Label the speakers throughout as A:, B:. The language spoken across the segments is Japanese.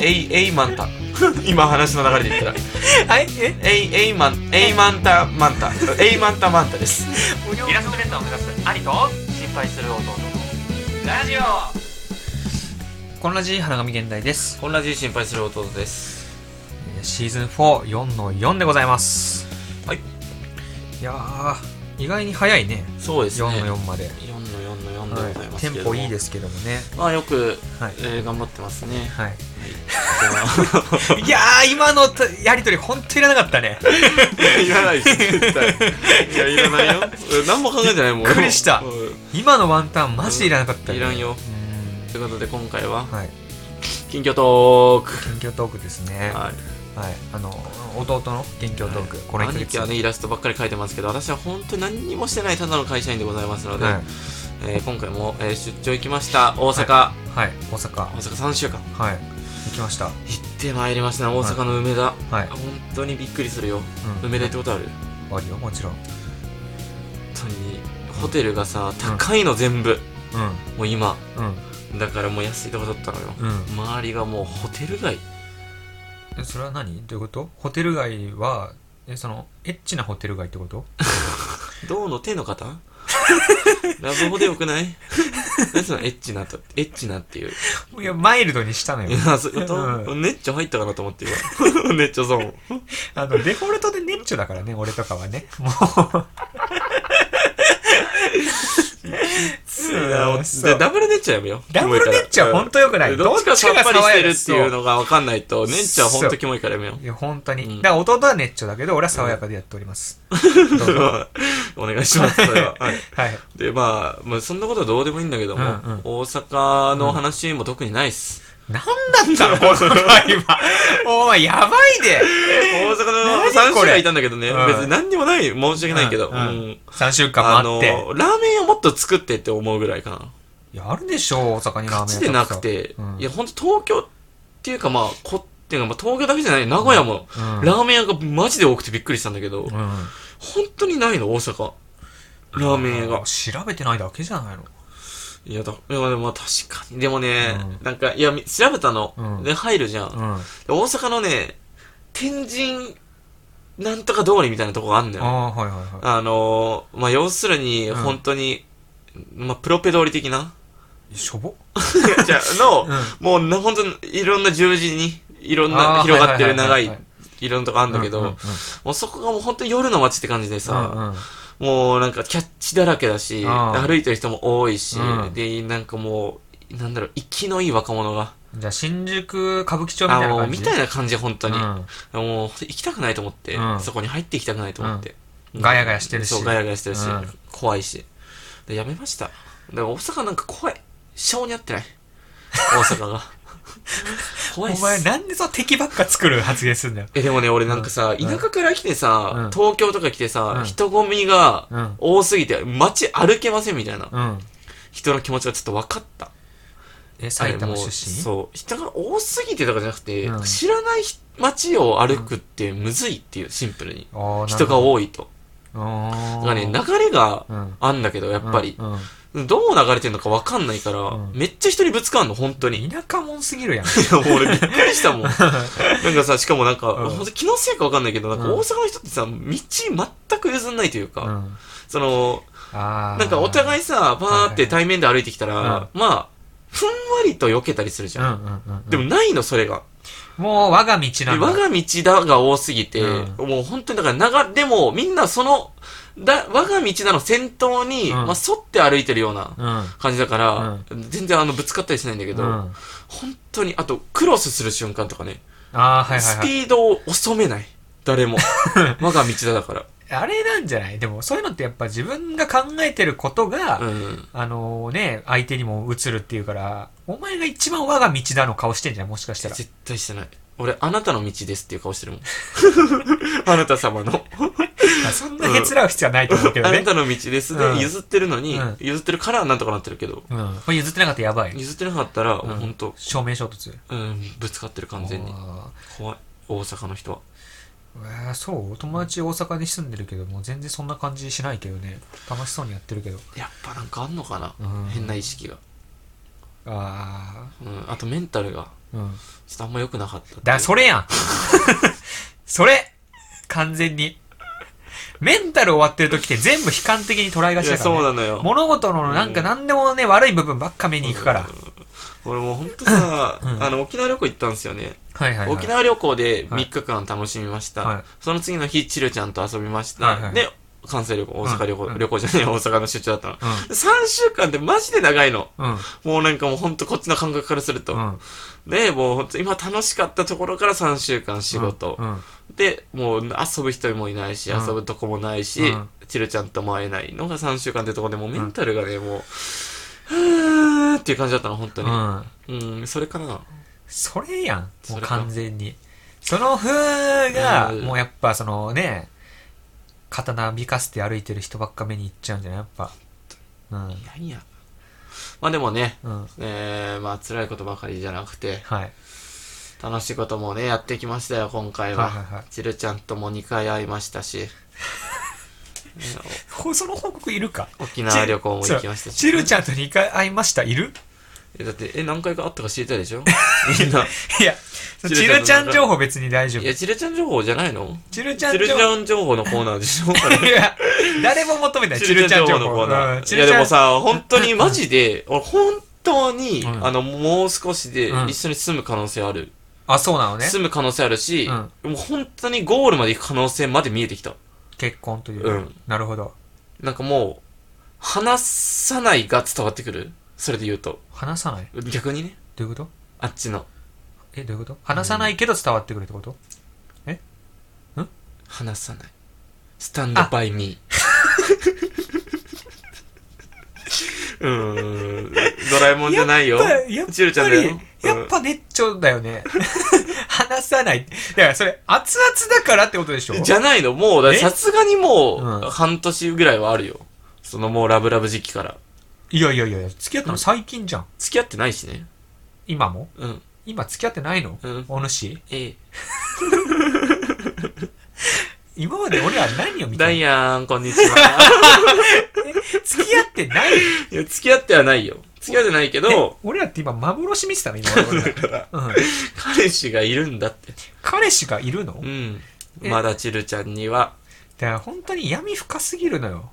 A: エイエイマン タ今話の流れで言ったら
B: はいえ
A: エイエイマンエイマンタマンタエイマンタマンタです
B: 無料
C: イラストレーターを目指す兄と心配する弟のラジオ
B: こんなじ花神現代です
C: こんなじ心配する弟です
B: えーシーズン44の4でございます
A: はい
B: いやー意外に早いね
C: そうです
B: 4
C: ね
B: の4まで、
C: 4の4の4でございます
B: テ
C: けれ
B: ン
C: ども
B: ポいいですけどもね
C: まあよく、
B: はい
C: えー頑張ってます ね
B: はい
C: こ
B: いやー今のとやりとり本当いらなかったね
C: れはいらないです絶対いやいらないよ俺 何も考えてないもん
B: びっくりした
C: 俺もうん
B: 今のワンタンマジでいらなかったね
C: いらんよ
B: う
C: ということで今回は
B: んはい
C: 近況トーク
B: 近況トークですねは
C: はい
B: い、あの弟の近況トーク、この1ヶ
C: 兄
B: 月
C: 貴はねイラストばっかり描いてますけど私は本当に何にもしてないただの会社員でございますので、
B: はい、
C: えー今回も、えー出張行きました大阪、
B: はい、大阪
C: 大阪3週間
B: はい行きました
C: 行ってまいりましたね大阪の梅田、
B: は
C: 本
B: い、
C: 当にびっくりするよ、
B: うん、
C: 梅田行ったことある
B: あるよもちろんう
C: 本当にホテルがさ高いの全部、
B: ん
C: もう今
B: うん
C: だからもう安いとこだったのよ、
B: うん
C: 周りがもうホテル街
B: えそれは何どういうことホテル街はえそのエッチなホテル街っ てこと
C: 銅の手の 方ラブホでよくない 何そのエッチなとエッチなっていう
B: いやマイルドにしたの
C: い
B: よ
C: やそうと
B: うん
C: ネッチョ入ったかなと思って今 ネッチョゾーン
B: あのデフォルトでネッチョだからね俺とかはねもう
C: いやお
B: そう
C: ダブルネッチョやめよう
B: ダブルネッチョは本当よくない
C: どっちかさっぱりしてるっていう
B: の
C: のが分かんないと、ネッチョは本当キモいからやめよ う。
B: いや本当に、
C: うん
B: だから弟はネッチョだけど俺は爽やかでやっております、どうぞ
C: お願いします、それは。はい
B: はい
C: で、まあ、まあ、そんなことはどうでもいいんだけども、
B: うんうん
C: 大阪の話も特にないっす。
B: なんだったのこの会話。お前、やばいで。
C: 大阪の
B: 何
C: 3
B: こ
C: 週
B: れ
C: 間いたんだけどね、
B: うん
C: 別に何にもない、申し訳ないけど、
B: うん
C: うん
B: 3週間
C: あ
B: 待
C: の、
B: っ
C: ラ
B: て。
C: ーメンをもっと作ってって思うぐらいかな。
B: いや、あるでしょ、大阪にラーメン屋
C: 勝ちでなくて、いや、
B: や、
C: ほんと東京っていうかまあ、こっていうか、まあ、東京だけじゃない、名古屋も、
B: うん
C: ラーメン屋がマジで多くてびっくりしたんだけど、
B: うん
C: 本当にないの、大阪。ラーメン屋が。
B: 調べてないだけじゃないの。
C: いやだ、いやでも確かに。でもね、
B: うん
C: なんか、いや、み調べたの。
B: うん
C: で、入るじゃん,で、
B: うん。あ
C: 大阪のね、天神、なんとか通りみたいなとこがあんのよ。
B: あー、はいはいは
C: あのー、まあ、要するに、
B: うん
C: 本当に、まあ、プロペ通り的な
B: い。しょぼ
C: じゃあの、
B: うん
C: もうな、本当に、いろんな十字に、いろん
B: あ
C: な、
B: ー
C: 広がってる
B: は
C: 長
B: いはいはいはい
C: い、いろんなとこあんだけど、
B: うんうんうん
C: もうそこがもう本当に夜の街って感じでさ、
B: うんうん
C: もうなんかキャッチだらけだし、
B: ああ
C: 歩いてる人も多いし、
B: うん
C: で、なんかもう、なんだろう、生きのいい若者が。
B: じゃあ、新宿歌舞伎町みたい
C: あ
B: な
C: もう、
B: 感
C: み
B: じ
C: たいな感じ、本当に。
B: うん
C: もう、行きたくないと思って、
B: うん
C: そこに入って行きたくないと思って。
B: うんガヤガヤしてるし
C: そう、ガヤガヤしてるし、
B: うん
C: 怖いし。で、やめました。だから大阪なんか怖い。性に合ってない。大阪 が。怖いっ
B: お
C: す。
B: 前、なんでそう敵ばっか作る発言す んだよ。
C: え、でもね、俺なんかさ、
B: うん
C: 田舎から来てさ、
B: うん
C: 東京とか来てさ、
B: うん
C: 人混みが
B: うん
C: 多すぎて、街歩けませんみたいな。
B: うん。
C: 人の気持ちがちょっと分かった。
B: え、埼玉出
C: あれも
B: 身
C: うそう。人が多すぎてとかじゃなくて、
B: うん
C: 知らないひ街を歩くってむずいっていう、シンプルに。
B: あ
C: 人が多
B: い。
C: いと。だ
B: あ
C: からね、流れが
B: うん
C: あんだけど、やっぱり。
B: うんうん
C: どう流れてんのか分かんないから、
B: うん
C: めっちゃ人にぶつかんの、本当に。い
B: 田舎もんすぎるやん。
C: やもう 俺びっくりした もん。なんかさ、しかもなんか、
B: うん
C: ほんと気のせいか分かんないけど、なんか
B: うん
C: 大阪の人ってさ、道全く譲んないというか、
B: うん
C: その、
B: あー
C: なんかお互いさ、バーって対面で歩いてきたら、
B: は
C: まあ、ふんわりと避けたりするじ
B: う
C: ゃ
B: ん
C: ん。
B: うんうんうん、
C: でもないの、それが。
B: もう我が道
C: で
B: なんだ
C: 我が道だが多すぎて、
B: う
C: もう本当にだから流、でもみんなその、だ、我が道なの先頭に、
B: うん
C: まあ、沿って歩いてるような感じだから、全然あの、ぶつかったりしないんだけ
B: うん、う
C: ど、
B: ん、あ
C: 本当に、あと、クロスする瞬間とかね、
B: あーはいはい
C: ス
B: は
C: ピ
B: い
C: ードを遅めない。誰 も。我が道だだか
B: あれなんじゃないでもそういうのってやっぱ自分が考えてることが、
C: ら。うん。
B: あのね相手にも映るっていうからお前が一番我が道だの顔してんじゃんもしか したら
C: 絶対してない。俺、あなたの道ですっていう顔してるもん。 あなた様の。
B: まあそんなへつらう必要はないと思うけど
C: あな
B: ね、
C: たの道です
B: うん
C: で、譲ってるのに、
B: うん
C: 譲ってるからなんとかなってるけど、
B: うん、これ譲ってなかったらやばい、
C: 譲ってなかったら、もう
B: うん
C: ほんと、
B: 正面衝突
C: うん、ぶつかってる完全に。
B: あ
C: 怖い。大阪の人は。
B: ーえーそう友達大阪に住んでるけどもう全然そんな感じしないけどね楽しそうにやってるけど
C: やっぱなんかあんのかな、
B: うん
C: 変な意識が。
B: あ
C: うん。あとメンタルが。
B: うん。
C: ちょっとあんま良くなかった。
B: だ、それやん それ完全に。メンタル終わってる時って全部悲観的に捉えが
C: い
B: ちだ
C: や、
B: から、ね。
C: そうなのよ。
B: 物事のなんか何でもね、悪い部分ばっか目に行くから。
C: 俺もうほんとさ、
B: うん
C: あの、沖縄旅行行ったんですよね。
B: はいはい、はい。
C: 沖縄旅行で
B: はい
C: 3日間楽しみました。
B: はい
C: その次の日、チルちゃんと遊びました。
B: はいはい
C: で、関西旅行、大阪旅行、
B: うん
C: 旅行じゃねえ、大阪の出張だったの。3週間ってマジで長いの。
B: うん。うん。
C: もうなんかもうほんとこっちの感覚からすると。
B: うん。
C: で、もうほんと今楽しかったところから3週間仕事。
B: うん。
C: で、もう遊ぶ人もいないし、
B: うん
C: 遊ぶとこもないし、
B: うん
C: チルちゃんとも会えないのが3週間ってとこで、もうメンタルがね、もう、はーっていう感じだったの、本当
B: う
C: に。
B: ん。
C: うん、それかな。
B: それやん。も
C: そうれか
B: 完全に。その風が、
C: うん
B: もうやっぱそのね、刀びかせて歩いてる人ばっか目に行っちゃうんじゃないやっぱ。うん。
C: いやいや。まあでもね、
B: うん。
C: えー、まあ辛いことばかりじゃなくて、
B: はい。
C: 楽しいこともね、やってきましたよ、今回は。
B: はいはいはい
C: チルちゃんとも2回会いましたし、えー
B: ほその報告いるか
C: お沖縄旅行も行きましたし。
B: チルちゃんと2回会いました いる
C: えだって、え、何回か会ったか知りたいで しょみんな。
B: いや、
C: ルちゃん
B: チルちゃん情報別に大丈
C: い
B: 夫
C: や、。チルちゃん情報じゃないの
B: チルちゃん
C: チル
B: 情
C: ち
B: 報。
C: ゃん情報のコーナーでしょ
B: いや、誰も求めない。チ
C: チ
B: ル
C: ル
B: ち
C: ち
B: ゃ
C: ゃ
B: ん
C: ん
B: 情
C: 情
B: 報
C: 報のコーナ
B: うん
C: ー。
B: チ
C: い
B: ル
C: や
B: ち
C: で
B: ゃん
C: も さ、本当にマジで、 俺本当に、
B: うん
C: あの、もう少しで
B: うん
C: 一緒に住む可能性ある。
B: あ、そうなのね。
C: 住む可能性あるし、
B: うん
C: もう本当にゴールまで行く可能性まで見えてきた。
B: 結婚という。
C: うん
B: なるほど。
C: なんかもう、話さないが伝わってくる。それで言うと。
B: 話さない
C: 逆にね、
B: どういうこと
C: あっちの。
B: え、どういうこと話さないけど伝わってくるってこと
C: 話さない。スタンドバイミー。 うーん。ドラえもんじゃないよ。
B: やっ
C: チルちゃんだよ。
B: やっぱネッチョだよね。 話さない。いや、それ、熱々だからってことでしょ
C: じゃないのもう、だ
B: え
C: さすがにも
B: う
C: う、
B: ん
C: 半年ぐらいはあるよ。そのもうラブラブ時期から。
B: いやいやいや、付き合ったの最近じゃん。
C: 付き合ってないしね。
B: 今も
C: うん。
B: 今付き合ってないの
C: うん
B: お主
C: え
B: 今まで俺は何を
C: え。
B: 見た
C: ダイアン、こんにち は。
B: 付き合ってない
C: いや、付き合ってはないよ。付き合ってないけ
B: え
C: ど、
B: 俺らって今幻見てた の今まで俺ら、うん、
C: 彼氏がいるんだって。
B: 彼氏がいるのだ
C: う
B: か
C: ん。
B: え
C: まだチルちゃんには。
B: ら本当に闇深すぎるのよ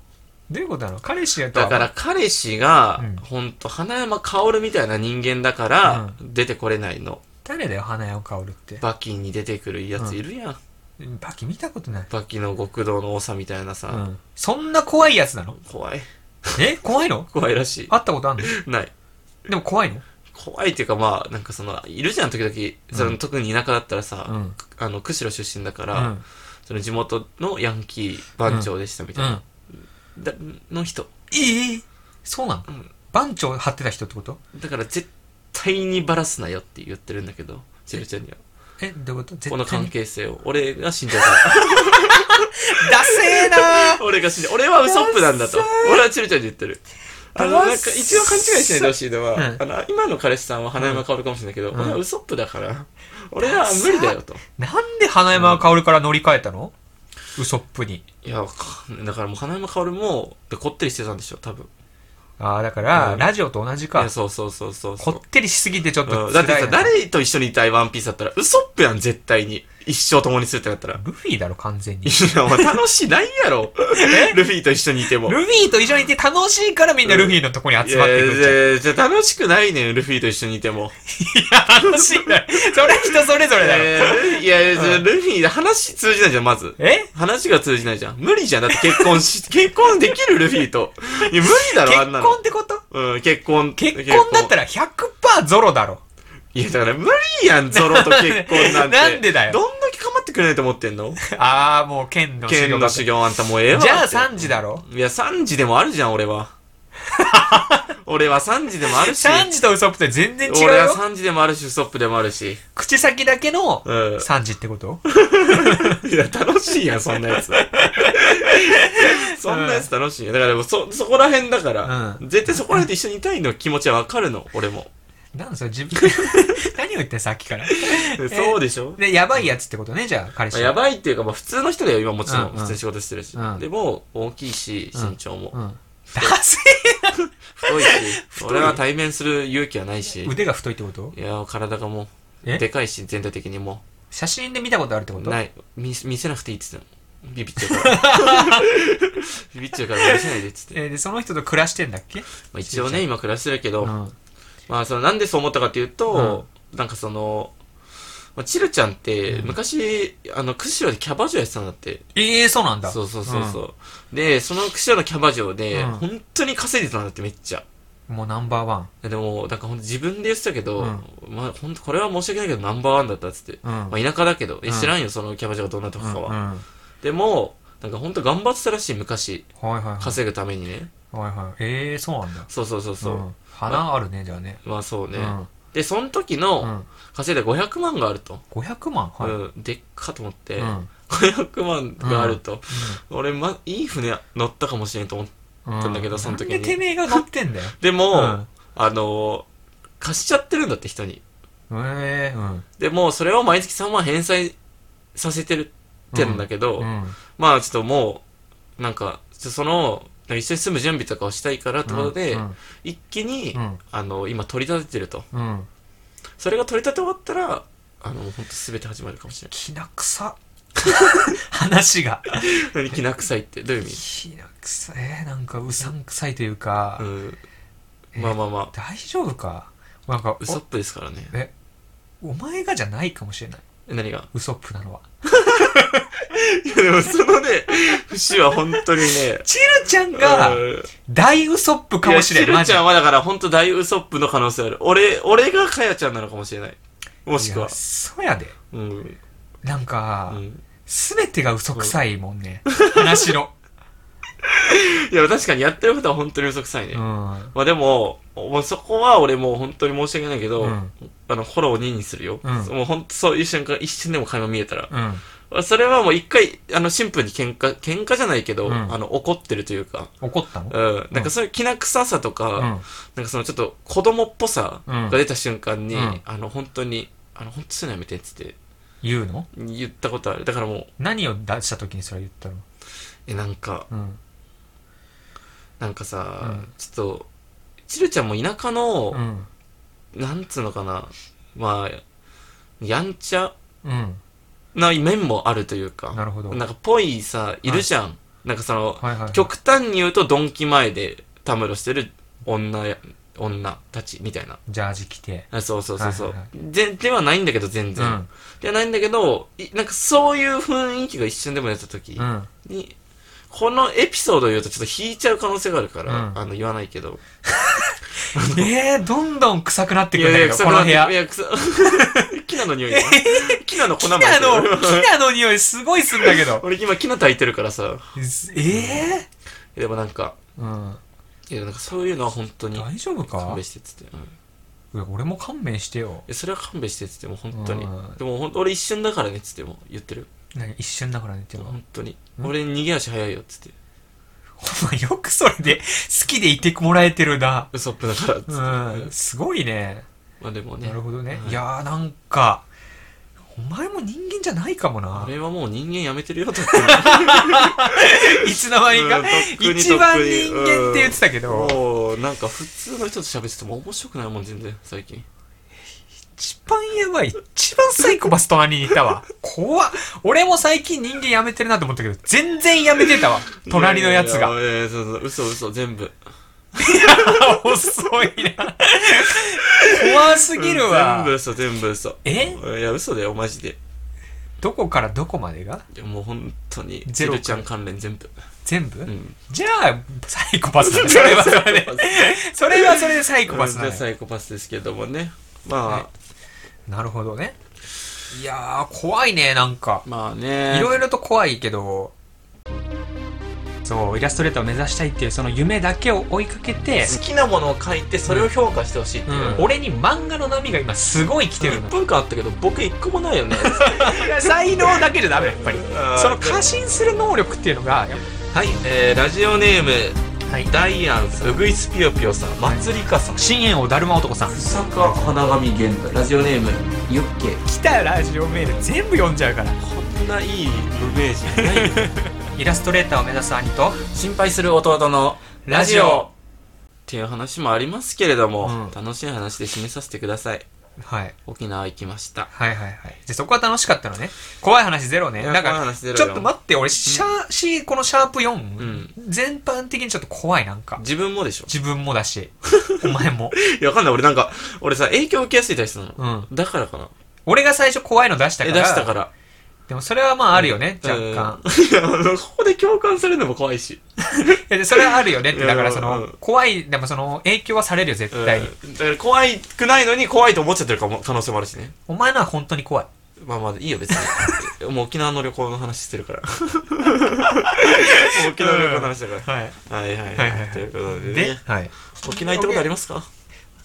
B: どういうことなの彼氏やとは
C: だから彼氏が
B: うん、
C: ほんと、花山薫みたいな人間だから、出てこれないの。
B: 誰だよ花屋薫って
C: バキに出てくるやついるやん。
B: バキ見たことない、
C: バキの極道の長みたいな
B: う
C: さ。
B: ん、そんな怖いやつなの
C: 怖い。
B: え怖いの
C: 怖いらし
B: 会ったことあんの
C: い。ない。
B: でも怖いの
C: 怖いっていうかまあなんかそのいるじゃん時々その、
B: うん
C: 特に田舎だったらさ、
B: うん
C: あの釧路出身だか
B: う
C: ら、
B: ん
C: その地元のヤンキー番長でしたみ
B: う
C: たい
B: ん
C: な、だの人
B: ええそうなの、
C: うん
B: 番長張ってた人ってこと
C: だから絶対にバラすなよって言ってるんだけどちるちゃんには
B: えどういうこと絶
C: この
B: 対
C: 関
B: に
C: 係性を俺が死んじゃうか
B: ダセー なー
C: ら俺が死んじゃう俺はウソップなんだと
B: ダッサ
C: 俺はちるちゃんに言ってるあの
B: ダッサ
C: なんか一応勘違いしないでほしいのは、
B: うん
C: あの今の彼氏さんは花山薫かもしれないけど、
B: ん
C: 俺はウソップだから俺は無理だよと
B: なんで花山薫から乗り換えたの、ウソップに。
C: いやわかんないだからもう花山薫もでこってりしてたんでしょ多分
B: ああ、だから、
C: うん
B: ラジオと同じ
C: い
B: か
C: や。そうそうそうそうそ
B: こ
C: う
B: ってりしすぎてちょっ
C: う
B: と
C: んだって
B: 辛い
C: さ
B: な
C: 誰と一緒にいたいワンピースだったらウソップやん絶対に一生共にするってなったらい
B: ルフィだろ、完全に。
C: やお前楽しいないやろルフィと一緒にいても
B: ルフィと一緒にいて楽しいからみんなルフィのとこに集まってくる
C: い
B: じゃん。い
C: やいやじゃあ楽しくないねんルフィと一緒にいても
B: や、楽しいんだよ。それ人それぞれだろ。
C: えーいやいやじゃあルフィ話通じないじゃんまず
B: え
C: 話が通じないじゃん無理じゃんだって結婚し結婚できるルフィといや無理だろあん
B: 結
C: な
B: 婚
C: の
B: ってこと
C: うん、結婚
B: 結婚だったら100%ゾロだろ。
C: いや、だから無理やん、ゾロと結婚なんて。
B: なんでだよ
C: どんだけ構ってくれないと思ってんの
B: ああ、もう剣の修
C: 剣の
B: 行だ
C: 修行あんたもうええわ。
B: じゃあ3時だろ。
C: いや、3時でもあるじゃん、俺 は。俺は3時でもあるし。
B: 3時とウソップって全然違う
C: 俺は
B: よ。
C: 3時でもあるし、ストップでもあるし。
B: 口先だけの
C: うん。
B: 3時ってこと
C: いや、楽しいやん、そんなやつ。 そんなやつ楽しいやん。だからもう、そ、そこら辺だから、
B: う
C: 絶対そこら辺と一緒にいたいの気持ちはわかるの、俺も。
B: なんだそれ自分、 何を言ってんさっきから。
C: そうでしょ
B: で、やばいやつってことね、じゃあ、彼
C: まあ
B: 氏。
C: やばいっていうか、まあ普通の人だよ、今もちろ。
B: うんんうん
C: 普通に仕事してるし
B: う。ん
C: でも、大きいし、
B: うん
C: 身長も。
B: うん。ダセえ
C: 太いし、俺は対面する勇気はないし、
B: 腕が太いってこと
C: いや、体がもう、
B: え
C: でかいし、全体的にも
B: 写真で見たことあるってこ
C: う。
B: と
C: ない。見見せなくていいっつってたの。ビビっちゃうから。 ビビっちゃうから見せないでっつって。
B: えーで、その人と暮らしてんだっけ
C: まあ、一応ね、今暮らしてるけど、
B: うん。
C: まあ、その、なんでそう思ったかっていうと、なんかその、まあ、チルちゃんって、
B: うん
C: 昔、あの、釧路でキャバ嬢やってたんだって。
B: ええ、そうなんだ。
C: そうそうそうそう、で、その釧路のキャバ嬢で、
B: うん
C: 本当に稼いでたんだって、めっちゃ。
B: うん。もうナンバーワ
C: でも、なんかほんと自分で言ってたけど、
B: うん
C: まあ、ほんとこれは申し訳ないけど、ナンバーワンだったっつって。
B: ン。うん。
C: まあ、田舎だけど、え
B: うん
C: 知らんよ、そのキャバ嬢がどんなとこかは。
B: うんうん
C: でも、なんかほんと頑張ってたらしい、昔。
B: はいはいはい。
C: 稼ぐためにね。
B: はいはい。ええ、そうなんだ。
C: そうそうそうそう。
B: ん。花あるね、じゃあね。
C: まあそうね、
B: うん
C: で、その時
B: う
C: の、
B: ん。
C: 稼いだ500万があると。
B: 500万はい。うん。
C: うん、でっかと思って、
B: うん
C: 500万があると、俺、ま、いい船乗ったかもしれんと思ってたんだけどその時に
B: なんでてめえが乗ってんだよ。
C: でも、
B: うん
C: あのー貸しちゃってるんだって人に
B: ええ、うん。
C: でもそれを毎月3万返済させてるってんだけど、
B: うん。
C: まあちょっともうなんかちょその一緒に住む準備とかをしたいからってことで、
B: うん
C: 一気に、
B: うん
C: あの今取り立ててると
B: うん。
C: それが取り立て終わったらあの本当全て始まるかもしれ
B: きな 臭話が。
C: ない 何気な臭いってどういう意味
B: きな臭い。えー、なんかうさんくさいというか、
C: うん
B: えー
C: まあまあまあ
B: 大丈夫かなんか、
C: ウソップですからね
B: え、お前がじゃないかもしれない。
C: え何が
B: ウソップなのは。
C: いやでもそのね、節は本当にね、
B: チルちゃん が、
C: うん
B: 大ウソップかもしれ
C: いや
B: ない。
C: ちるちゃんはだから本当大ウソップの可能性ある。俺、俺がかやちゃんなのかもしれない。も
B: マ
C: し
B: ジ
C: く
B: でい
C: は
B: や。そうやで。
C: うん。
B: なん
C: う
B: か、
C: ん。
B: すべてが嘘くさいもんね。話 の。
C: いや、確かにやってることは本当に嘘くさいね。
B: うん。
C: まあでも、もうそこは俺もう本当に申し訳ないけど、
B: うん
C: あの、フォローを2にするよ。
B: うん
C: もう本当そういう瞬間、一瞬でも垣間見えたら。
B: うん。
C: それはもう一回、あの、シンプルに喧嘩、喧嘩じゃないけど、
B: うん
C: あの、怒ってるというか、
B: 怒ったの
C: うん。なんかそういう気な臭さとか、
B: うん。
C: なんかそのちょっと子供っぽさが出た瞬間に、
B: うん
C: あの本当に、あの本当そういうのやめてっつって
B: 言うの
C: 言ったことある。だからもう、
B: 何を出した時にそれ言ったの
C: え、なんか、
B: うん。
C: なんかさ、
B: うん
C: ちょっと、ちるちゃんも田舎の
B: う、ん。
C: なんつうのかな、まあ、やんちゃ
B: うん。
C: な面もあるというか、
B: なるほど
C: んかぽいさ、いるじゃん。なんかその、
B: はいはいはい。
C: 極端に言うとドンキ前でたむろしてる女や、女たちみたいな。
B: ジャージ着て。
C: あそうそうそうそう、
B: はいは
C: で。ではないんだけど、全
B: う
C: 然。
B: ん。
C: じゃないんだけど、いなんかそういう雰囲気が一瞬でも出た時
B: うん。
C: に、このエピソードを言うとちょっと引いちゃう可能性があるから、
B: うん
C: あの、言わないけど。
B: えー、どんどん臭くなって
C: い
B: くるんだ
C: やい
B: け
C: や、
B: ど、
C: 臭
B: こ
C: く
B: の
C: なっ
B: 部
C: て
B: 屋
C: い。や、臭 キナの匂いが。キナの粉
B: キ
C: ま
B: ナ
C: いて
B: の、
C: る。
B: キナの匂いすごいすんだけど。
C: 俺今キナ炊いてるからさ。
B: え
C: でもなんか、
B: ー、うん。
C: いや、なんかそういうのは本当に
B: 大丈夫
C: 勘
B: か
C: 弁してっつって。うん
B: いや俺も勘弁してよ。
C: えそれは勘弁してっつってもう本当に
B: うん
C: でもほん俺一瞬だからねっつっても言ってる
B: 何一瞬だからね、でも。
C: 本当に
B: うん
C: 俺逃げ足早いよっつって
B: お前よくそれで好きでいてもらえてるな。
C: ウソップだからっつって
B: うん、すごいね。
C: まあでもね
B: なるほどね
C: は。い
B: いやーなんか、お前も人間じゃないかもな。
C: 俺はもう人間やめてるよとって
B: いつの間にか
C: うんとっくに
B: 一番
C: とっくに
B: 人間って言ってたけど、
C: もうなんか普通の人と喋ってても面白くないもん全然最近
B: 一番やばい、一番サイコパス隣にいたわ。 怖っ。俺も最近人間やめてるなと思ったけど、全然やめてたわ。隣のやつが。
C: いやいやそうそう嘘嘘全部
B: 遅いな。怖すぎる
C: 全
B: わ
C: 部。嘘全部嘘
B: え
C: いや嘘だよマジで
B: どこからどこまでが
C: いやもう本当に
B: ゼ
C: ジ
B: ロ
C: ルちゃん関連全部
B: 全部、
C: うん
B: じゃあ、サイコパスだ ね。それはそれ で。それはそれでサイコパス
C: じ
B: だ
C: ゃ
B: ね。
C: サイコパスですけどもねま
B: はなるほどね。いやー、怖いね、なんか
C: あ。まあね
B: いろいろと怖いけど。そう、イラストレーターを目指したいっていうその夢だけを追いかけて、
C: 好きなものを書いてそれを評価してほしいっていう、
B: うん俺に漫画の波が今すごい来てる
C: 1
B: の。
C: 分間あったけど僕1個もない よね
B: 才能だけじゃダメ、やっぱり
C: ー。
B: その過信する能力っていうのが、
C: はい、えー、ラジオネーム
B: はい
C: ダイアンさんうぐいすぴよぴよさんまつりかさん
B: 深淵王だるま男さん。
C: 草加花神玄太ラジオネームユッケ
B: 来たラジオメール全部読んじゃうから。
C: こんないい無名人ないよ
B: イラストレーターを目指す兄と、
C: 心配する弟のラ
B: ラ
C: ジ
B: ジ
C: オ
B: オ
C: っていう話もありますけれども、
B: うん
C: 楽しい話で締めさせてください
B: はい。
C: 沖縄行きました。
B: はいはいはい。じゃあそこは楽しかったのね。怖い話ゼロね。
C: いや
B: なん
C: 怖い
B: か、
C: 話ゼ
B: ち
C: ロ
B: ょ
C: よ
B: っと待って、俺、シャー、シー、このシャープ4、
C: ん
B: 全般的にちょっと怖い、なんか。
C: 自分もでしょ
B: 自分もだし、お前も。
C: いや、わかんない。俺なんか、俺さ、影響受けやすい体質なの。
B: うん。
C: だからかな。
B: 俺が最初怖いの出したか
C: え、
B: ら。
C: 出したから。
B: でもそれはまああるよね、若干。
C: 干。いや、ここで共感されるのも怖いし。
B: いやでそれはあるよねって、だからそ
C: うんう
B: の
C: ん、
B: 怖い、でもその、影響はされるよ、絶対に。
C: うんだから怖いくないのに怖いと思っちゃってるかも可能性もあるしね。
B: お前のは本当に怖い。
C: まあまあいいよ別 に。もう沖縄の旅行の話してるから。もう沖縄の旅行の話だから。
B: はい。
C: はいはい
B: はい
C: は。
B: はいい
C: ということで、
B: で
C: ね、、
B: はい。
C: 沖縄行ったことありますか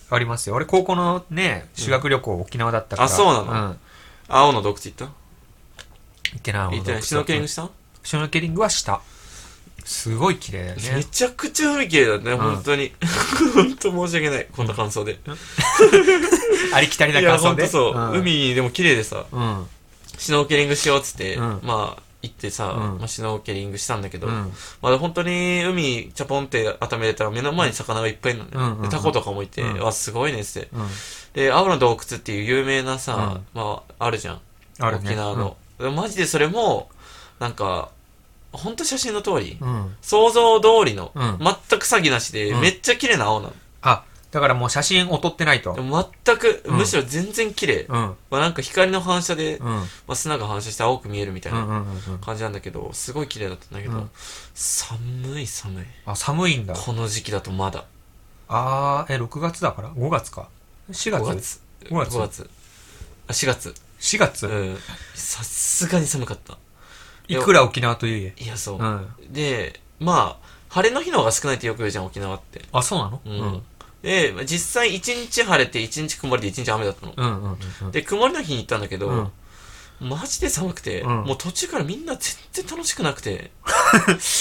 B: ありますよ。俺、高校のね、修学旅行、沖縄だったから。
C: あそうなの
B: うん。
C: 青の洞窟行った
B: 行ってない
C: 行ってない。シュノーケリングした、
B: シュノーケリングはした。すごい綺 麗だよ
C: め
B: ね。
C: ちゃくちゃ海綺麗だね、
B: ん
C: 本当 に。本当申し訳ない。こんな感想で。
B: ありきたりない
C: や、
B: 感
C: ほ
B: 想
C: ん
B: で。
C: とそう。
B: ん。
C: 海でも綺麗でさ、
B: うん。
C: シュノーケリングしようっつって、
B: うん
C: まあ、行ってさ、
B: うん
C: まあ、シュノーケリングしたんだけど、
B: うん。
C: まあ本当に海ちゃぽんって頭入れたら目の前に魚がいっぱいいるのね、
B: うんうんうん
C: でタコとかもいて、
B: うん
C: わすごいねっつって
B: うん。
C: で青の洞窟っていう有名なさ、まああるじゃん
B: あるね。
C: 沖縄の、でマジでそれもなんか本当写真の通り、
B: うん。うん。
C: 想像通りの、
B: うん
C: 全く詐欺なしで、
B: うん
C: めっちゃ綺麗な青なの
B: あ、だからもう写真を撮ってないと。
C: でも全く、
B: うん
C: むしろ全然綺麗、
B: うん。
C: まあ、なんか光の反射で、
B: う
C: ま
B: ん。
C: あ、砂が反射して青く見えるみたい
B: うんう
C: なん
B: うんうん。
C: 感じなんだけどすごい綺麗だったんだけど、
B: うん
C: 寒い寒い
B: あ、寒いんだ。
C: この時期だとまだ
B: あー、え、6月だから ?5 月か。4月
C: 5月
B: 5月
C: 5月あ4月
B: ?4
C: う
B: 月
C: んさすがに寒かった
B: いくら沖縄といえ。
C: いやそうう、
B: ん。
C: でまあ晴れの日の方が少ないってよく言うじゃん沖縄って
B: あ、そうなの
C: うん、でまあ実際1日晴れて1日曇りで1日雨だったの、
B: うんうんうんうん。
C: で曇りの日に行ったんだけど、
B: うん
C: マジで寒くて、
B: うん
C: もう途中からみんな全然楽しくなく て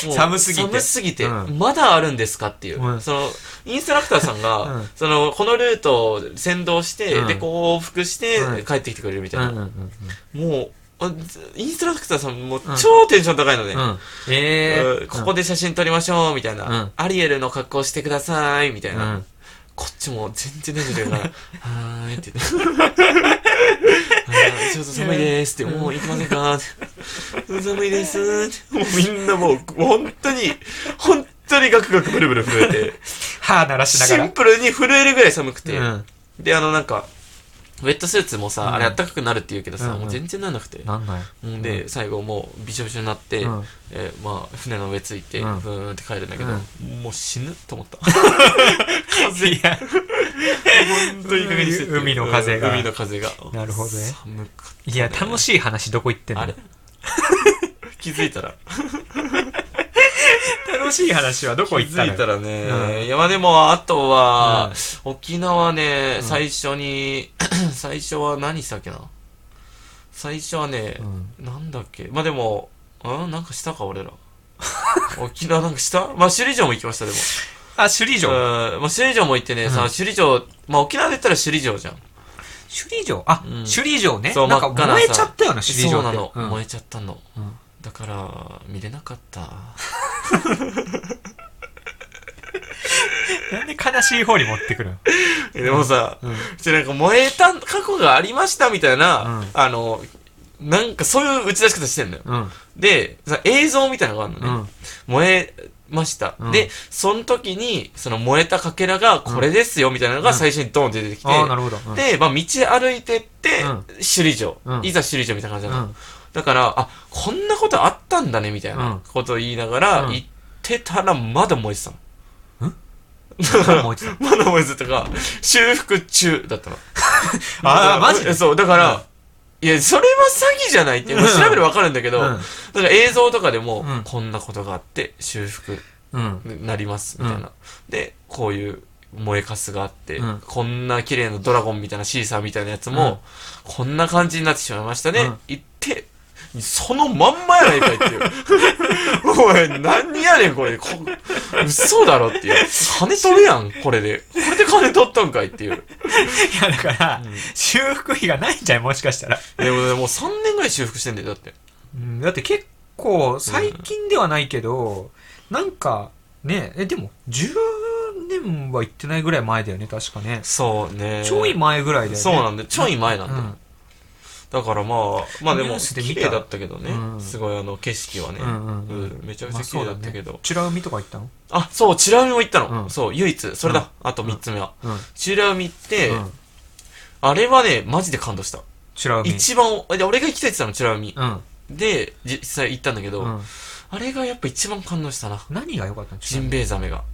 C: もう
B: 寒すぎて
C: 寒すぎて、
B: うん
C: まだあるんですかっていう、
B: うん
C: そのインストラクターさんが、
B: うん
C: そのこのルートを先導して、
B: うん
C: でこう往復して、
B: うん
C: 帰ってきてくれるみた
B: う
C: い
B: ん
C: な、
B: うんうん
C: もう、あずインストラクターさんもうん超テンション高いので、
B: うん。うん。え
C: う
B: ー。
C: んここで写真撮りましょう、みたいな、
B: うん
C: アリエルの格好してください、みた
B: う
C: い
B: ん。う
C: な。
B: ん。
C: こっちも全然テンション高いから、 はーいって言って。はーいちょっと寒いですって、もう行きませんかって寒いですって。もうみんなもう、本当に、本当にガクガクブルブル震えて、
B: 歯鳴らし
C: シ
B: なが
C: ン
B: ら。
C: プルに震えるぐらい寒くて、
B: うん。
C: で、あのなんか、ウェットスーツもさ、
B: うん
C: あれ暖かくなるって言うけどさ、
B: うんうん
C: もう全然なんなくて。
B: なんない。
C: うんで、最後もうびしょびしょになって、
B: うん
C: えーまあ船の上ついて、
B: うん
C: ブーンって帰るんだけど、もう死ぬと思った。
B: いや、
C: 本当にいい加減にしてって
B: 海の風が
C: うん 海の風が。
B: なるほどね
C: 寒かった、
B: いや、楽
C: い。
B: しい話どこ行ってんの
C: あれ気づいたら。
B: 楽しい話はどこ
C: 気
B: 行った
C: づい
B: の
C: たらね。
B: うん
C: いや、まあでも、あとは、沖縄ね、最初に、 最初は何したっけな。最初はね、
B: うん
C: なんだっけまあでも、うんなんかしたか、俺ら。 沖縄なんかしたまあ、首里城も行きました、でも。
B: あ、首里城。
C: うんまあ、首里城も行ってね、さ、首里城、まあ、沖縄で言ったら首里城じゃん。
B: 首里城あ、
C: うん
B: 首里城ね。
C: そう
B: なんか
C: 真っ赤なさ
B: 燃えちゃったよな、首里城
C: そう
B: って。
C: なの、
B: うん
C: 燃えちゃったの。
B: うん
C: だから、見れなかった。
B: なんで悲しい方に持ってくるの
C: えでもさ、
B: うん
C: ちょなんか燃えた過去がありましたみたいな、
B: うん
C: あの、なんかそういう打ち出し方してんのよ。
B: うん。
C: で、さ映像みたいなのがあるの
B: う
C: ね。
B: ん。
C: 燃えました、
B: うん
C: で、その時に、その燃えたかけらがこれですよみたいなのが最初にドーンって出てきて、
B: ああ、なるほど。うん
C: で、まあ、道歩いてって、
B: うん
C: 首里城、
B: うん
C: いざ首里城みたいな感じなの、
B: うん
C: だから、あ、こんなことあったんだね、みたいうなんことを言いながら、
B: うん
C: 行ってたら、まだ燃えてたの。
B: 燃えてた。
C: まだ燃えてたから、修復中だったの。
B: あーマジ
C: でそう、だから、いや、それは詐欺じゃないって、
B: うん
C: 調べればわかるんだけど、
B: うん
C: だから映像とかでも、
B: うん
C: こんなことがあって、修復
B: うん。
C: になります、みたいな、で、こういう燃えかすがあって、
B: うん
C: こんな綺麗なドラゴンみたいなシーサーみたいなやつも、こんな感じになってしまいましたね、
B: うん
C: 言って、そのまんまやないかいって いう。おい、何やねんこれ。こ嘘だろっていう。金取るやん、これで。これで金取ったんかいっていう。
B: いや、だから、修復費がないんじゃないもしかしたら。
C: でもね、もう3年ぐらい修復してんだよ、だって。
B: うん、だって結構、最近ではないけど、なんか、ね、え、でも、10年は行ってないぐらい前だよね、確かね。
C: そうね。
B: ちょい前ぐらいだよね。
C: そうなんだよ。ちょい前なんだよ。だからまあ、まあで
B: ニュ
C: も、
B: ースで見
C: 綺
B: た
C: 麗だったけどね。
B: うん
C: すごいあの、景色はね。
B: うんうんうん
C: うんめちゃめちゃ綺麗だったけど。
B: チラ海とか行ったの
C: あ、そう、チラ海も行ったの。
B: うん
C: そう、唯一。それだ。あと3つ目は。
B: うん。
C: チラ海行って、
B: うん
C: あれはね、マジで感動した。
B: チラ海。
C: 一番、で俺が行きたいって言ってたの、チラ海。
B: うん。
C: で、実際行ったんだけど、
B: うん。
C: あれがやっぱ一番感動したな。
B: 何が良かったの
C: ジ
B: チラ
C: ン
B: 海。
C: ベエザメが。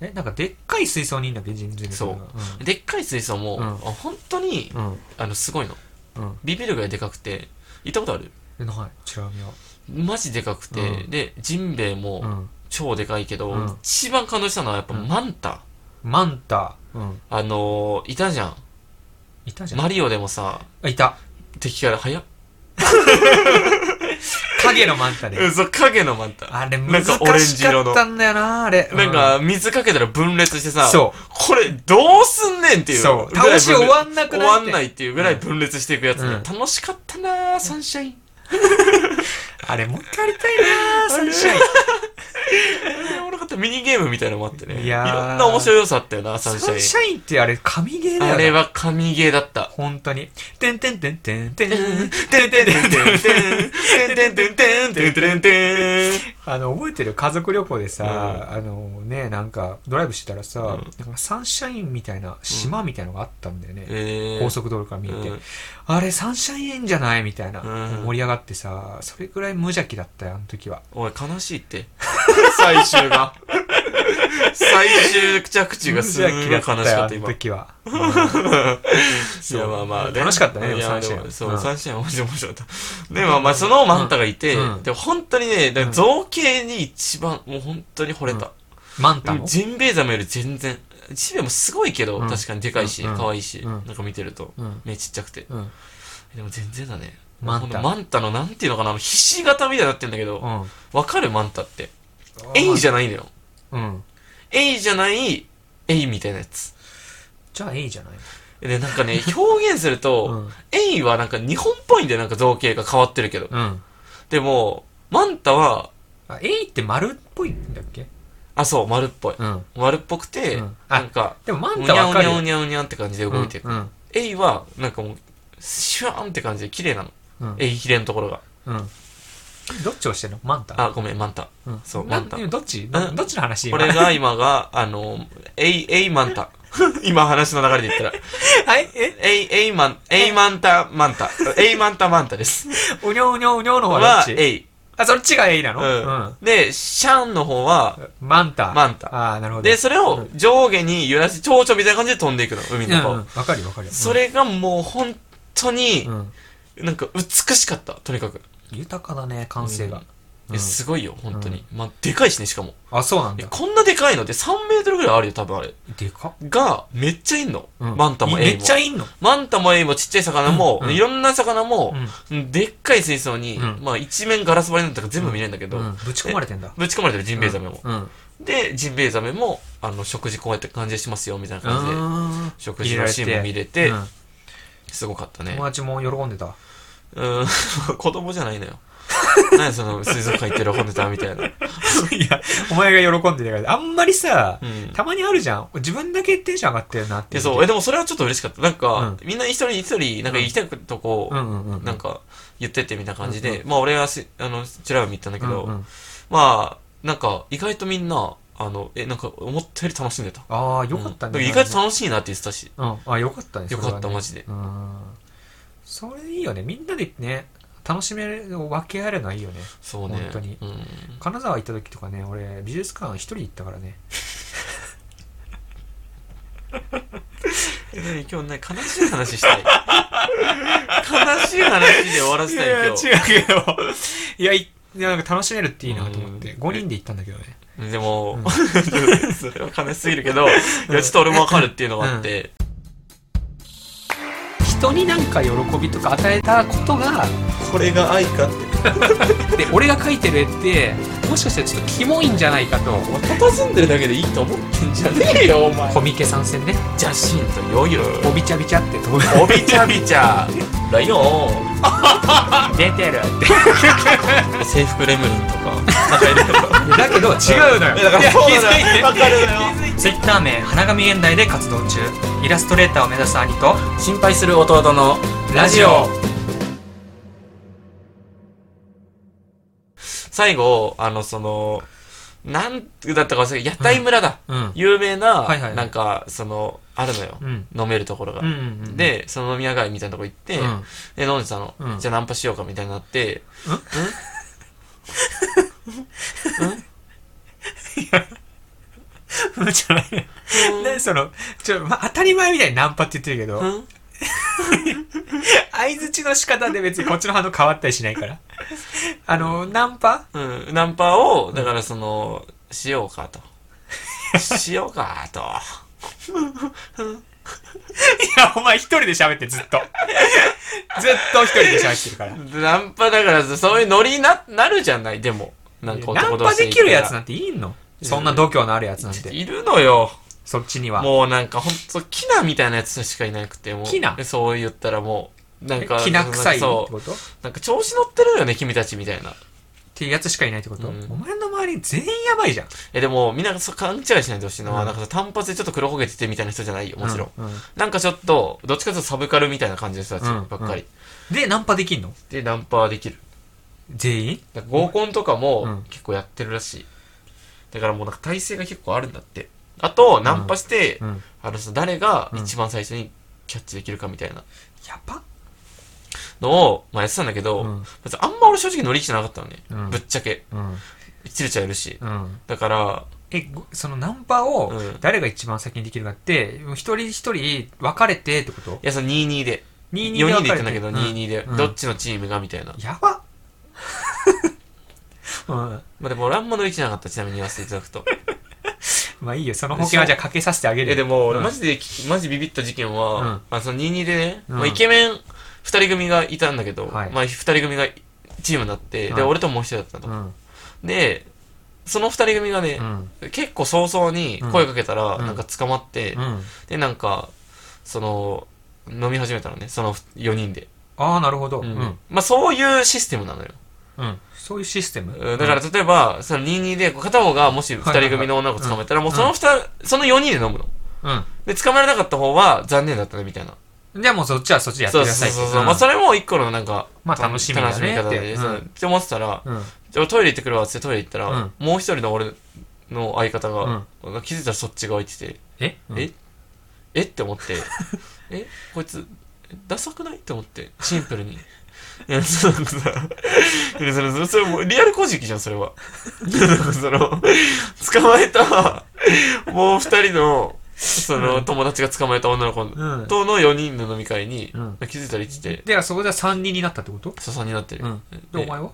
B: え、なんかでっかい水槽にいんだっけ、ジンベエザメが。
C: でっかい水槽も、
B: うん
C: あ本当に、
B: うん。うん。
C: あの、すごいの。
B: うん。
C: ビビるぐらいでかくて、行ったことある
B: え、ない。チラ海は。
C: マジでかくて、
B: うん
C: で、ジンベエも、
B: うん。
C: 超でかいけど、
B: うん
C: 一番感動したのはやっぱ
B: うん
C: マンタ。
B: マンタ。うん。
C: あのー、いたじゃん。
B: いたじゃん。
C: マリオでもさ、
B: あ、いた。
C: 敵から早っ。
B: 影のマンタで。
C: うん、そう、影のマンタ。
B: あれ、
C: な
B: 難
C: んかオレン
B: し
C: ジ色
B: か
C: の
B: ったんだよな、あれ。
C: なんか、水かけたら分裂してさ、
B: そ
C: これ、どうすんねんっていう。
B: そう
C: ぐらい分
B: 倒
C: 裂
B: し終わんなくなって
C: 終わんないっていうぐらい分裂していくやつね。
B: うん
C: 楽しかったなぁ、サンシャイン。
B: うん、あれ、もう一回やりたいな、サンシャイン。
C: あれおもろかった。ミニゲームみたいなのもあってね。
B: いやー
C: ろんな面白い要素あったよな、サ
B: サ
C: ン
B: ン
C: シャイン。
B: シャインってあれ、神ゲーだよな。
C: あれは神ゲーだった。
B: 本当に。てんてんてんてんて
C: て
B: ん。
C: んてんてんてんてんてんてんてんてんてんてん
B: あの、覚えてる家族旅行でさ、あのね、なんか、ドライブしてたらさ、
C: うん
B: なんかサンシャインみたいな島みたいのがあったんだよね。
C: えー
B: 高速道路から見えて、
C: うん
B: あれサンシャインじゃないみたいな、
C: うん
B: 盛り上がってさそれくらい無邪気だったよあの時は
C: おい、悲しいって。最終が。最終着地がすごい悲しかった、
B: あの
C: 今。い
B: 時は、
C: や、まあまあね。
B: 楽しかったねでも
C: いや
B: 三振
C: でもそうう、
B: ん
C: 三振はマジで面白かった。で、まあまあ、そのマンタがいて
B: うん、
C: でも本当にね、だから造形に一番、もう本当に惚れた。
B: マンタの
C: ジンベエザメより全然。ジンベエもすごいけど、
B: うん
C: 確かにでかいし、
B: うん
C: 可愛いし、
B: う
C: なん
B: ん
C: か見てると、
B: うん
C: 目ちっちゃくて。
B: うんうん
C: でも全然だね。
B: マンタ
C: このマンタのなんていうのかな、あのひし形みたいになってんだけど、わかるマンタって。エイじ
B: ゃ
C: ゃないのよ。
B: うん
C: エイじゃない、エイみたいなやつ。
B: じゃあエイじゃない
C: で、なんかね、 表現すると、エイはなんか日本っぽいんだよ、なんか造形が変わってるけど。
B: うん
C: でも、マンタは、
B: あエイって丸っぽいんだっけ
C: あ、そう、丸っぽい。
B: うん
C: 丸っぽくて、
B: うんあ
C: なんか、
B: でもマ
C: う
B: ン
C: に
B: タ
C: ゃ
B: わ
C: う
B: か
C: に
B: る
C: ゃう
B: よ
C: にゃうにゃんって感じで動いていく。
B: うん
C: エイは、なんかもう、シュワーンって感じで綺麗なの。
B: うん
C: エイヒレのところが。
B: うんどっちをしてんのマンタ
C: あ、ごめん、マンタ。
B: うん
C: そうマ
B: な
C: ンタ
B: どっちどどっちの話
C: こ
B: 今
C: れが今が、あの、エイ、エイマ ンタ。今話の流れで言ったら。
B: はい え
C: エイ、エイマン、エイマンタ、マンタ。エイマンタ、マンタです。
B: うにょうにょうにょうの方は
C: は
B: ど、っち
C: エイ。
B: あそっちがエイなの
C: うん。で、シャンの方は、
B: うんマンタ
C: マンタ
B: ああなるほど
C: で、それを上下に揺らし、蝶々みたいな感じで飛んでいくの、海の
B: うんう
C: 方
B: ん。わかるよわかるよ
C: それがもう本当に
B: う、ん
C: なんか美しかった、とにかく。
B: 豊かだね感性が
C: えすごいよ、本当に。まあ、でかいしね、しかも。
B: あそうなん
C: え
B: だ
C: こんなでかいので3メートルぐらいあるよ、多分あれ。
B: でかっ
C: が、めっちゃいんの。
B: うん
C: マンタもエイ
B: め
C: も
B: っ。ちゃいんの
C: マンタもエイもちっちゃい魚も、
B: うんうん
C: いろんな魚も、でっかい水槽に、
B: うん
C: まあ一面ガラス張りになったから全部見れるんだけど、
B: うんぶち込まれてんだ
C: ぶち込まれてるジンベエザメも。
B: うん
C: で、ジンベエザメも、あの、食事こうやって感じしますよ、みたいな感じで。
B: あー
C: 食事のシーンも見れて、
B: うん
C: すごかったね
B: 友。達も喜んでた
C: うーん、子 供じゃないのよ。何その水族館行ってる本ネタみたいな。
B: いや、お前が喜んでるから、あんまりさ、
C: うん
B: たまにあるじゃん。自分だけテンション上がってるなっ
C: で、
B: ていう。
C: そう、え、でもそれはちょっと嬉しかった。なんか、みんな一人一人、なんか行きたいとこ
B: うんうんうん。
C: なんか、言ってってみたいな感じ
B: うん
C: で、まあ俺はし、あの、チラウミ行ったんだけど、
B: うんうん
C: まあ、なんか、意外とみんな、あの、え、なんか、思ったより楽しんでた。
B: ああ、よかった
C: うん
B: ね。
C: だら意外と楽しいなって言ってたし。
B: うん、あよかったね。
C: よかった
B: それはね
C: マジで
B: うん。それいいよね。みんなでね、楽しめる、分け合えるのはいいよね。
C: そうね。
B: 本当に
C: うん。
B: 金沢行った時とかね、俺、美術館一人行ったからね。
C: え何今日ね、悲しい話したい。悲しい話で終わらせたい、今日。
B: けど。 いや、いいやなんか楽しめるっていいなと思
C: う
B: って。
C: ん
B: 5人で行ったんだけどね。
C: でも、 それは悲しすぎるけど、いや、ちょっと俺もわかるっていうのがあって、
B: 人になんか喜びとか与えたことが、
C: これが愛かって。
B: で俺が描いてる絵ってもしかしたらちょっとキモいんじゃないかと
C: 佇んでるだけでいいと思ってんじゃねえよ、お前。
B: コミケ参戦ね
C: じゃあ、シンとよいろよ。
B: おびちゃびちゃって飛ぶ
C: おびちゃびちゃ。ライオン
B: 出てるって
C: 制服レムリンとかなんかいる
B: だけど違うのよ
C: だからそうなのよわかるのよ
D: ツイッター名花神現代で活動中イラストレーターを目指す兄と
C: 心配する弟の
D: ラジオ
C: 最後あのそのなんだったか忘れた屋台村だ、
B: うん
C: 有名な、
B: はいはいはい
C: なんかそのあるのよ、
B: うん
C: 飲めるところが、
B: うんうんうん
C: でその飲み屋街みたいなとこ行って、
B: うん
C: で飲んでたの、
B: うん
C: じゃあナンパしようかみたいになって、
B: うんじゃないねそのちょ、ま、当たり前みたいにナンパって言ってるけど
C: うん
B: 相づちの仕方で別にこっちの反応変わったりしないからあのナンパ
C: うん、ナンパをだからその、しようか としようかと
B: いやお前一人で喋ってずっとずっと一人で喋ってるから
C: ナンパだからそういうノリにななるじゃないでもなんか
B: ナ
C: 男
B: ン
C: 同
B: パ
C: 士
B: できるや
C: 行
B: つ
C: っ
B: なんていいのそんな度胸のあるやつなん
C: たら
B: て
C: いるのよ
B: そっちには
C: もうなんかほんとキナみたいなやつしかいなくてもう
B: キナ
C: そう言ったらもうなんか
B: きな臭いって
C: そ
B: こ
C: う
B: とっ
C: なんか調子乗ってるよね君たちみたいな
B: ていうやつしかいないってこと、
C: うん
B: お前の周り全員やばいじゃん
C: えでもみんなそう勘違いしないでほしいのは、
B: うん
C: なんかさ単発でちょっと黒焦げててみたいな人じゃないよもちろん、
B: うんうん
C: なんかちょっとどっちかというとサブカルみたいな感じの人たちばっかり、
B: うんうでナンパできんの
C: でナンパはできる
B: 全員
C: だから合コンとか
B: う
C: も
B: ん
C: 結構やってるらしい、だからもうなんか体勢が結構あるんだってあとナンパして、
B: うん
C: あのさ誰が一番最初にキャッチできるかみたいな
B: やば
C: のを、まあ、やってたんだけど、
B: うん
C: 別にあんま俺正直乗り気じゃなかったのね、
B: うん
C: ぶっちゃけ
B: うん
C: チルちゃんいるし
B: うん
C: だから
B: えごそのナンパを
C: うん
B: 誰が一番先にできるかって、もう一人一人分かれてってこと
C: いやその22で
B: 二
C: 4人で行ったんだけど、22
B: 二
C: で、どっちのチームがみたいな
B: やば うん
C: まあでも俺あんま乗り気じゃなかったちなみに言わせていただくと
B: まあいいよその保険はじゃあかけさせてあげる
C: えでも俺
B: うん
C: マジでマジビビった事件は、
B: うん
C: あその22でね、
B: うん
C: まあ、イケメン2人組がいたんだけど、
B: はい
C: まあ2人組がチームになって、
B: はい
C: で俺ともう一人だった
B: う
C: と、
B: ん
C: でその2人組がね
B: う、ん
C: 結構早々に声かけたら、
B: うん
C: なんか捕まって、
B: うん
C: でなんかその飲み始めたのねその4人で、
B: ああなるほど
C: う
B: うんん
C: まあそういうシステムなのよ
B: うんそういうシステム
C: うんだから例えば、その22で、片方がもし2人組の女の子捕まえたら、もうその2、その4人で飲むの。
B: うん
C: で、捕まらなかった方は残念だったね、みたいな。
B: じゃあもうそっちはそっちでやって
C: そう
B: くだ
C: そ
B: さ
C: う
B: いって
C: そうそう。まあ、それも一個のなんか、
B: まあ楽しみだねって
C: 楽しみ方で、そう
B: うん
C: って思ってたら、
B: うん
C: じゃあトイレ行ってくるわっつってトイレ行ったら、
B: うん
C: もう一人の俺の相方が、気づいたらそっち側行ってて、
B: えうん
C: ええって思 って、えこいつ、ダサくないって思って、シンプルに。いや、そうなんかさ、いやそれ、それ、それもうリアル古事記じゃん、それは。いやなんかその、捕まえた、もう二人の、その、友達が捕まえた女の子
B: ん
C: との4人の飲み会に、
B: うん
C: 気づいたら行ってて、
B: ではそこでは3人になったってこと
C: ささになってる。
B: うんで
C: で
B: お前はい
C: や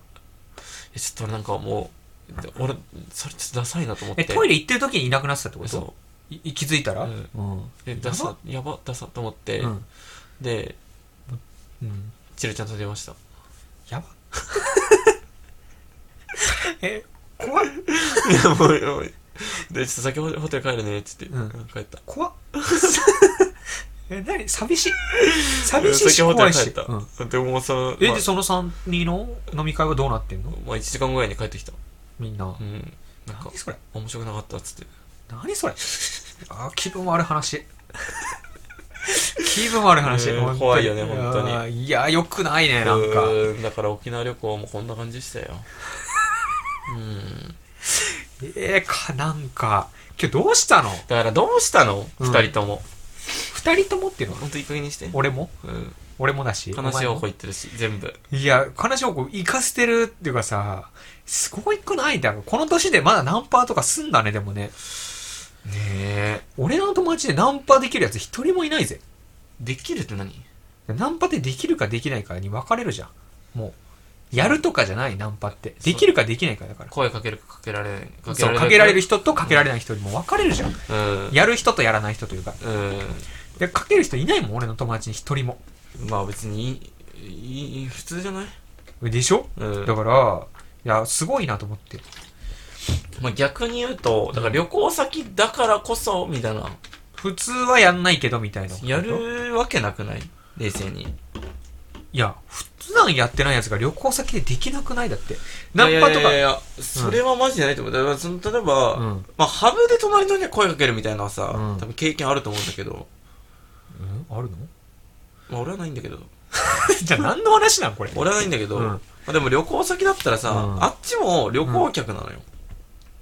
C: ちょっと俺なんかもう、で俺、それちょっとダサいなと思って。
B: えトイレ行ってる時にいなくなってたってこ
C: そ
B: と
C: う。
B: い気づいたら
C: う
B: うんん
C: え、ダサ、やば、ダサと思って、
B: うん
C: で、
B: うん
C: チルちゃんと出ました。
B: や ばえ怖っ
C: いやもうやばいで、ちょっと先ほどホテル帰るねって言って、
B: う
C: 帰った。
B: 怖っえ何寂しい寂しい
C: 先
B: し
C: ほど
B: 怖
C: 帰
B: いし
C: った。
B: うん
C: でもうその、
B: え
C: まあ
B: でその3人の飲み会はどうなってんの
C: まあ1時間ぐらいに帰ってきた。
B: みんな
C: うん。なんか
B: 何、それ
C: 面白くなかったっつって。
B: 何それあー気分悪い話気分悪い話、
C: ね
B: 本当に
C: 怖いよね本当に
B: あーいやよくないねなんか
C: うーんだから沖縄旅行もこんな感じでしたよ。うん。
B: えー、かなんか今日どうしたの
C: だからどうしたの
B: うん
C: 二、人とも。
B: 二人ともっていうの
C: ほんといい加減にして。
B: 俺も
C: うん。
B: 俺もだし
C: 悲しい
B: お前
C: 方
B: も
C: 向行ってるし、全部。
B: いや悲しい方向行かせてるっていうかさすごいくないだろこの年でまだナンパとかすんだねでもね
C: ねえ。
B: 俺の友達でナンパできるやつ一人もいないぜ
C: できるって何
B: ナンパってできるかできないかに分かれるじゃんもうやるとかじゃないナンパってできるかできないかだから
C: 声かけるかかけられない。か
B: そうかけられる
C: 人。
B: 人とかけられない人にも分かれるじゃん
C: うん。
B: やる人とやらない人というか
C: うん。
B: でかける人いないもん俺の友達に一人も
C: まあ別にいいいいいい普通じゃない
B: でしょ
C: うん
B: だからいやすごいなと思って
C: まあ逆に言うとだから旅行先だからこそみたいな
B: 普通はやんないけどみたいなこと
C: やるわけなくない冷静に
B: いや、普段やってないやつが旅行先でできなくないだって。ナ
C: いや
B: ンパとか
C: いやいやい。やそれはマジじゃないと思う。だからその例えば、
B: うん
C: まあ、ハブで隣の人に声かけるみたいなのはさ、
B: うん
C: 多分経験あると思うんだけど、
B: うんあるの
C: まあ、俺はないんだけど、
B: じゃあ何の話なんこれ。
C: 俺はないんだけど、
B: うん
C: まあ、でも旅行先だったらさ、
B: うん
C: あっちも旅行客なのよ。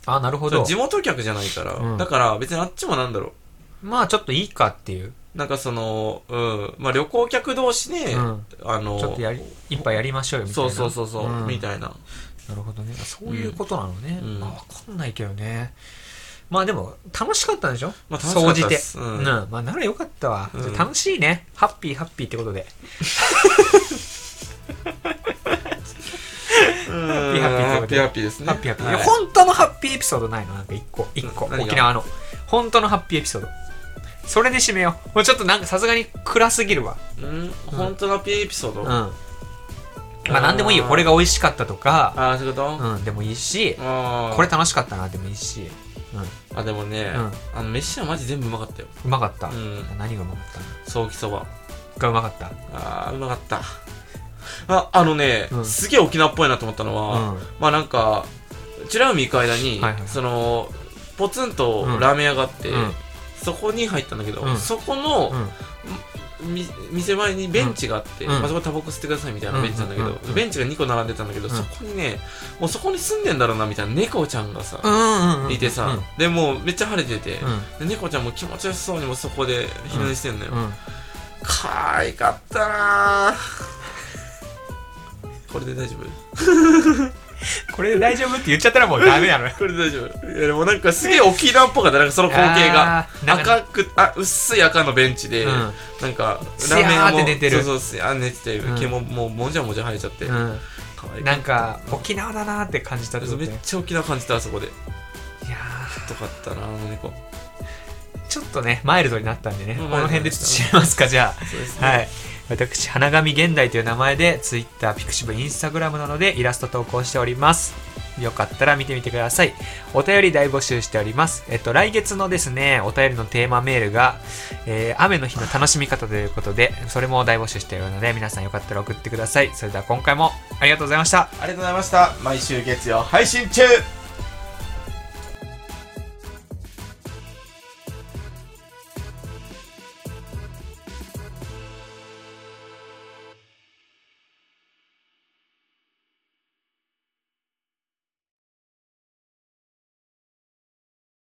B: あ、なるほ
C: そ
B: ど
C: う。地元客じゃないから、
B: うん
C: だから別にあっちもなんだろ
B: まあちょっといいかっていう。
C: う。なんかその、うん、まあ旅行客同士で、
B: うん
C: あの、
B: ちょっとやり、一杯やりましょうよみたい
C: そう
B: な。
C: そうそうそう、
B: ん
C: みたいな。
B: なるほどね。そういうことなのね。
C: うん
B: まあわかんないけどね。まあでも、楽しかったんでしょ
C: まあ楽しか
B: 総
C: った
B: じ
C: で
B: て。
C: す
B: う
C: うん
B: ん。まあならよかったわ。
C: うん
B: 楽しいね。ハッピーハッピーってことで。
C: ハ
B: ピーハッピー
C: ハッピーハッピーですね。
B: ハッピーハッピー。
C: はい
B: 本当のハッピーエピソードないのなんか一個、一個。
C: うん何が
B: 沖縄の。本当のハッピーエピソード。それで締めよう。もうちょっとなんかさすがに暗すぎるわ。
C: うん、本当のハッピーエピソード、
B: うん。
C: あ
B: まあなんでもいいよ。
C: あー
B: これが美味しかったとか、
C: あ、そういうこと、
B: うん、でもいいし、
C: あー
B: これ楽しかったなでもいいし、うん、う
C: あでもね、
B: うん
C: あの飯はマジ全部うまかったよ
B: まかった。
C: うん
B: 何がうまかったの
C: ソーキそば
B: がうまかった。
C: あーうまかったああのね、
B: うん
C: すげえ沖縄っぽいなと思ったのは、
B: うん
C: まあなんかチュラ海行く間に、
B: はいはい
C: そのポツンと
B: うん
C: ラーメン屋があって、
B: うん
C: そこに入ったんだけど、
B: うん
C: そこの、
B: うん
C: み店前にベンチがあって、
B: うん
C: まあ、そこタバコ吸ってくださいみたいなベンチなんだけど、
B: うんうんうんうん
C: ベンチが2個並んでたんだけど、
B: うん
C: そこにねもうそこに住んでんだろうなみたいな猫ちゃんがさ、
B: うんうん
C: いてさ、でもうめっちゃ晴れてて、
B: うん
C: で猫ちゃんも気持ちよしそうにもうそこで昼寝してんのよ、
B: うんうん
C: かわいかったなぁこれで大丈夫
B: これで大丈夫って言っちゃったらもうダメなの よ
C: これで大丈夫いやでもなんかすげえ沖縄っぽかったなんかその光景が
B: あーなんか
C: 赤くあ薄い赤のベンチで、
B: うん
C: なんか
B: すやーって寝てる
C: そうそうすやー寝てて
B: うん
C: 毛ももうもじゃもじゃ生えちゃって、
B: う
C: かわい
B: ん、
C: い
B: なんか沖縄だなーって感じたってこと
C: め
B: ね
C: っちゃ沖縄感じたあそこでよ
B: いや
C: かったなあの猫
B: ーちょっとねマイルドになったんでね、
C: まあ
B: この辺でちょっと締めますかじゃ
C: そうです
B: あはい私花神現代という名前で Twitter、Pixib、Instagram などでイラスト投稿しておりますよかったら見てみてくださいお便り大募集しておりますえっと来月のですねお便りのテーマメールが、えー雨の日の楽しみ方ということでそれも大募集しているので皆さんよかったら送ってくださいそれでは今回もありがとうございました
A: ありがとうございました毎週月曜配信中